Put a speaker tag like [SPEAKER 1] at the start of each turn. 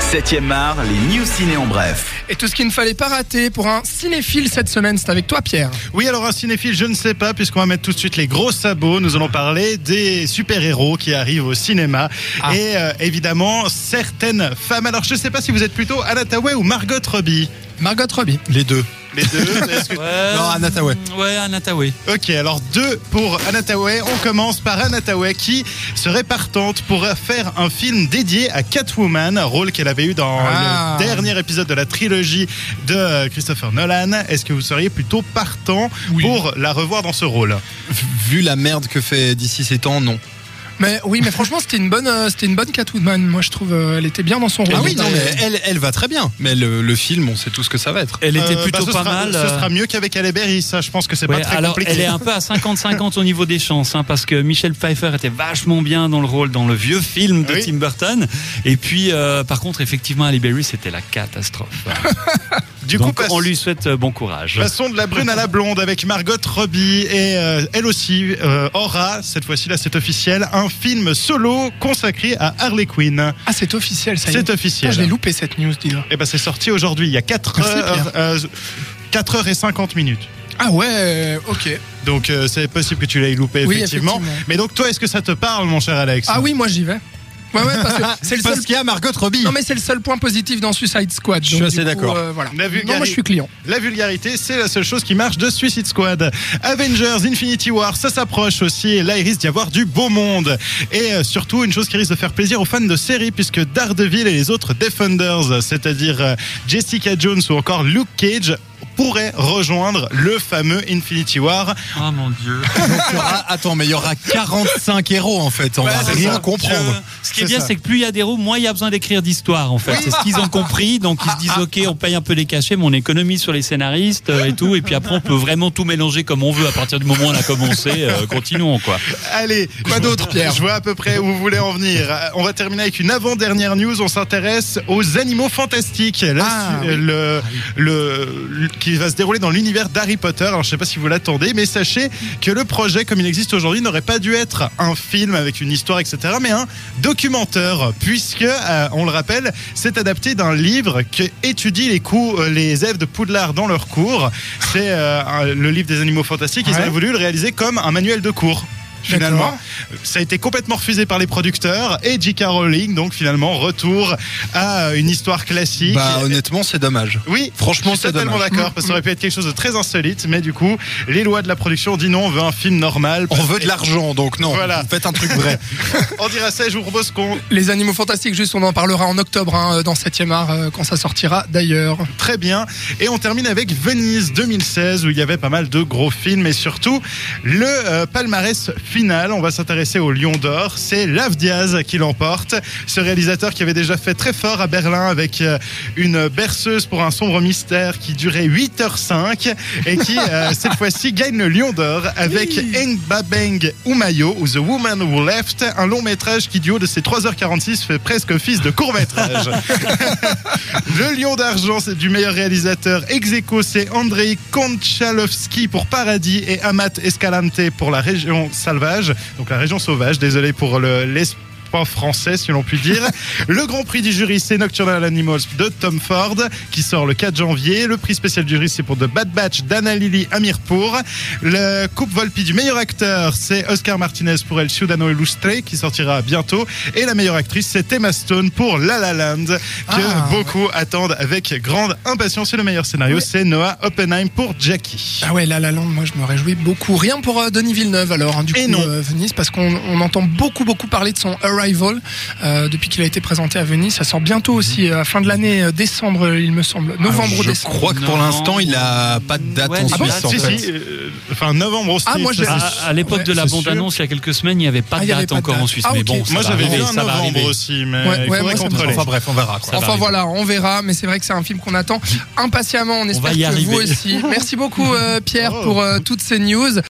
[SPEAKER 1] 7ème art, les news ciné en bref.
[SPEAKER 2] Et tout ce qu'il ne fallait pas rater pour un cinéphile cette semaine, c'est avec toi Pierre.
[SPEAKER 3] Oui, alors un cinéphile, je ne sais pas, puisqu'on va mettre tout de suite les gros sabots. Nous allons parler des super-héros qui arrivent au cinéma.
[SPEAKER 2] Ah.
[SPEAKER 3] Et euh, évidemment, certaines femmes. Alors, je ne sais pas si vous êtes plutôt Anataway ou Margot Robbie.
[SPEAKER 2] Margot Robbie.
[SPEAKER 4] Les deux.
[SPEAKER 3] Les deux. est-ce que-
[SPEAKER 5] Ouais. mm,
[SPEAKER 4] Non, Anna Tawai.
[SPEAKER 5] Ouais, Anna Tawai.
[SPEAKER 3] Ok, alors deux pour Anataway. On commence par Anataway qui serait partante pour faire un film dédié à Catwoman, rôle qu'elle avait eu dans
[SPEAKER 2] Ah.
[SPEAKER 3] le dernier épisode de la trilogie de euh, Christopher Nolan. Est-ce que vous seriez plutôt partant
[SPEAKER 2] Oui.
[SPEAKER 3] pour la revoir dans ce rôle
[SPEAKER 4] Vu la merde que fait d'ici ces temps, non.
[SPEAKER 2] Mais oui, mais franchement, c'était une bonne, euh, c'était une bonne Catwoman. Moi, je trouve, euh, elle était bien dans son rôle.
[SPEAKER 4] Ah oui, non,
[SPEAKER 2] Elle
[SPEAKER 4] mais
[SPEAKER 2] était-
[SPEAKER 4] elle, elle va très bien. Mais le, le film, on sait tout ce que ça va être.
[SPEAKER 5] Elle était
[SPEAKER 3] Euh,
[SPEAKER 5] plutôt
[SPEAKER 3] bah, ce
[SPEAKER 5] pas
[SPEAKER 3] sera-
[SPEAKER 5] mal.
[SPEAKER 3] Ce
[SPEAKER 5] euh,
[SPEAKER 3] sera mieux qu'avec Halle Berry, ça je pense que c'est
[SPEAKER 5] ouais,
[SPEAKER 3] pas très
[SPEAKER 5] alors,
[SPEAKER 3] compliqué.
[SPEAKER 5] elle est un peu à 50-50 au niveau des chances, hein, parce que Michel Pfeiffer était vachement bien dans le rôle dans le vieux film de
[SPEAKER 3] Oui.
[SPEAKER 5] Tim Burton. Et puis, euh, par contre, effectivement, Halle Berry, c'était la catastrophe.
[SPEAKER 3] Du coup,
[SPEAKER 5] Donc,
[SPEAKER 3] passe-
[SPEAKER 5] on lui souhaite euh, bon courage.
[SPEAKER 3] Passons de la brune à la blonde avec Margot Robbie et euh, elle aussi euh, aura, cette fois-ci là c'est officiel, un film solo consacré à Harley Quinn.
[SPEAKER 2] Ah, c'est officiel, ça y est.
[SPEAKER 3] C'est
[SPEAKER 2] Putain, je l'ai
[SPEAKER 3] officiel.
[SPEAKER 2] loupé cette news, dis donc.
[SPEAKER 3] Et ben c'est sorti aujourd'hui, il y a 4
[SPEAKER 2] Merci,
[SPEAKER 3] heures, euh, 4 heures et 50 minutes.
[SPEAKER 2] Ah ouais, ok.
[SPEAKER 3] Donc euh, c'est possible que tu l'aies loupé
[SPEAKER 2] Oui,
[SPEAKER 3] effectivement.
[SPEAKER 2] effectivement.
[SPEAKER 3] Mais donc toi est-ce que ça te parle mon cher Alex
[SPEAKER 2] Ah oui, moi j'y vais. Ouais, ouais, parce que c'est le seul.
[SPEAKER 4] Parce qu'il y a Margot Robbie.
[SPEAKER 2] Non mais c'est le seul point positif dans Suicide Squad.
[SPEAKER 4] Je suis
[SPEAKER 2] donc,
[SPEAKER 4] assez
[SPEAKER 2] du coup,
[SPEAKER 4] d'accord.
[SPEAKER 2] euh, voilà.
[SPEAKER 3] On a vu
[SPEAKER 2] Non, moi
[SPEAKER 3] Gary-
[SPEAKER 2] je suis client.
[SPEAKER 3] La vulgarité, c'est la seule chose qui marche de Suicide Squad. Avengers, Infinity War, ça s'approche aussi. Et là, il risque d'y avoir du beau monde. Et euh, surtout, une chose qui risque de faire plaisir aux fans de séries, puisque Daredevil et les autres Defenders, c'est-à-dire euh, Jessica Jones ou encore Luke Cage, pourraient rejoindre le fameux Infinity War.
[SPEAKER 5] Oh mon Dieu.
[SPEAKER 4] Il y aura- Ah, attends, mais il y aura 45 héros en fait. On va
[SPEAKER 3] c'est
[SPEAKER 4] rien
[SPEAKER 3] ça.
[SPEAKER 4] comprendre.
[SPEAKER 5] Ce qui est
[SPEAKER 3] C'est
[SPEAKER 5] bien,
[SPEAKER 3] ça.
[SPEAKER 5] c'est que plus il y a d'héros, moins il y a besoin d'écrire d'histoire, en fait. C'est ce qu'ils ont compris. Donc, ils se
[SPEAKER 3] Ah,
[SPEAKER 5] disent, OK, on paye un peu les cachets, mais on économise sur les scénaristes euh, et tout. Et puis après, on peut vraiment tout mélanger comme on veut à partir du moment où on a commencé. Euh, continuons, quoi.
[SPEAKER 3] Allez,
[SPEAKER 2] Quoi
[SPEAKER 3] je-
[SPEAKER 2] d'autre, Pierre
[SPEAKER 3] Je vois à peu près où vous voulez en venir. Euh, On va terminer avec une avant-dernière news. On s'intéresse aux animaux fantastiques. La
[SPEAKER 2] Ah,
[SPEAKER 3] su- euh, le, le- le- qui va se dérouler dans l'univers d'Harry Potter. Alors, je sais pas si vous l'attendez, mais sachez que le projet, comme il existe aujourd'hui, n'aurait pas dû être un film avec une histoire, etc., mais un documentaire, puisque, euh, on le rappelle, c'est adapté d'un livre que étudient les, cours- euh, les élèves de Poudlard dans leur cours. C'est euh, un- le livre des animaux fantastiques. Ils
[SPEAKER 2] Ouais.
[SPEAKER 3] avaient voulu le réaliser comme un manuel de cours finalement.
[SPEAKER 2] D'accord.
[SPEAKER 3] Ça a été complètement refusé par les producteurs et J.K. Rowling, donc finalement, retour à une histoire classique.
[SPEAKER 4] Bah, honnêtement, c'est dommage.
[SPEAKER 3] oui,
[SPEAKER 4] Franchement,
[SPEAKER 3] je suis
[SPEAKER 4] c'est
[SPEAKER 3] totalement
[SPEAKER 4] dommage.
[SPEAKER 3] d'accord, parce que ça aurait pu être quelque chose de très insolite, mais du coup, les lois de la production ont dit non, on veut un film normal.
[SPEAKER 4] On veut de l'argent, donc non.
[SPEAKER 3] Bah, Voilà.
[SPEAKER 4] Faites un truc vrai.
[SPEAKER 3] On dira ça, et je vous propose qu'on.
[SPEAKER 2] Les animaux fantastiques, juste on en parlera en octobre hein, dans 7ème art euh, quand ça sortira d'ailleurs.
[SPEAKER 3] Très bien. Et on termine avec Venise 2016, où il y avait pas mal de gros films, et surtout, le euh, palmarès final. On va s'intéresser au Lion d'Or. C'est Lav Diaz qui l'emporte. Ce réalisateur qui avait déjà fait très fort à Berlin avec euh, une berceuse pour un sombre mystère qui durait 8h05 et qui, euh, cette fois-ci, gagne le Lion d'Or avec Ngbabeng Umayo ou The Woman Who Left, un long métrage qui, du haut de ses 3h46, fait presque office de court métrage. le Lion d'Argent, c'est du meilleur réalisateur. Ex aequo, c'est Andrei Konchalovsky pour Paradis et Amat Escalante pour La Région Sauvage. Donc, La Région Sauvage, désolé pour le- l'espace français si l'on peut dire. Le grand prix du jury, c'est Nocturnal Animals de Tom Ford, qui sort le 4 janvier. Le prix spécial du jury, c'est pour The Bad Batch d'Anna Lily Amirpour. Le Coupe Volpi du meilleur acteur, c'est Oscar Martinez pour El Ciudadano Illustre, qui sortira bientôt. Et la meilleure actrice, c'est Emma Stone pour La La Land, que
[SPEAKER 2] Ah,
[SPEAKER 3] beaucoup attendent avec grande impatience. Et le meilleur scénario,
[SPEAKER 2] Oui.
[SPEAKER 3] c'est Noah Oppenheim pour Jackie.
[SPEAKER 2] Ah ouais, là, la langue, moi je me réjouis beaucoup. Rien pour euh, Denis Villeneuve alors, hein, du
[SPEAKER 3] Et
[SPEAKER 2] coup,
[SPEAKER 3] non.
[SPEAKER 2] euh, Venise, parce qu'on on entend beaucoup, beaucoup parler de son Arrival euh, depuis qu'il a été présenté à Venise. Ça sort bientôt
[SPEAKER 5] Mhm.
[SPEAKER 2] aussi, euh, à fin de l'année, euh, décembre, euh, il me semble.
[SPEAKER 5] Ah,
[SPEAKER 2] Novembre
[SPEAKER 4] Alors,
[SPEAKER 2] ou
[SPEAKER 4] je
[SPEAKER 2] décembre.
[SPEAKER 4] crois que pour
[SPEAKER 5] Novembre.
[SPEAKER 4] l'instant, il a pas de date
[SPEAKER 5] Ouais,
[SPEAKER 4] en
[SPEAKER 5] ah bon
[SPEAKER 4] Suisse. en
[SPEAKER 3] si,
[SPEAKER 4] fait.
[SPEAKER 3] si, euh, enfin, novembre aussi.
[SPEAKER 2] Ah, moi, j'ai-
[SPEAKER 3] Ah,
[SPEAKER 5] À, à l'époque
[SPEAKER 2] Ouais,
[SPEAKER 5] de la
[SPEAKER 3] c'est sûr.
[SPEAKER 5] bande-annonce, il y a quelques semaines, il n'y avait pas
[SPEAKER 2] Ah,
[SPEAKER 5] de
[SPEAKER 2] il y avait
[SPEAKER 5] date
[SPEAKER 2] pas de
[SPEAKER 5] encore
[SPEAKER 2] date.
[SPEAKER 5] en Suisse.
[SPEAKER 2] Ah,
[SPEAKER 5] mais
[SPEAKER 2] ok.
[SPEAKER 5] bon, ça
[SPEAKER 3] Moi,
[SPEAKER 5] va
[SPEAKER 3] j'avais
[SPEAKER 5] arriver,
[SPEAKER 3] vu un
[SPEAKER 5] ça va
[SPEAKER 3] novembre
[SPEAKER 5] arriver.
[SPEAKER 3] aussi, mais
[SPEAKER 2] Ouais,
[SPEAKER 3] il
[SPEAKER 2] ouais,
[SPEAKER 3] faudrait
[SPEAKER 2] moi, ça me
[SPEAKER 3] contrôler.
[SPEAKER 4] Enfin bref, on verra.
[SPEAKER 5] Ça
[SPEAKER 4] Quoi.
[SPEAKER 2] Enfin
[SPEAKER 5] va arriver. Mhm.
[SPEAKER 2] voilà, on verra, mais c'est vrai que c'est un film qu'on attend impatiemment. On espère
[SPEAKER 5] va
[SPEAKER 2] que
[SPEAKER 5] y
[SPEAKER 2] vous
[SPEAKER 5] arriver.
[SPEAKER 2] aussi. Merci beaucoup euh, Pierre
[SPEAKER 3] Oh.
[SPEAKER 2] pour euh, toutes ces news.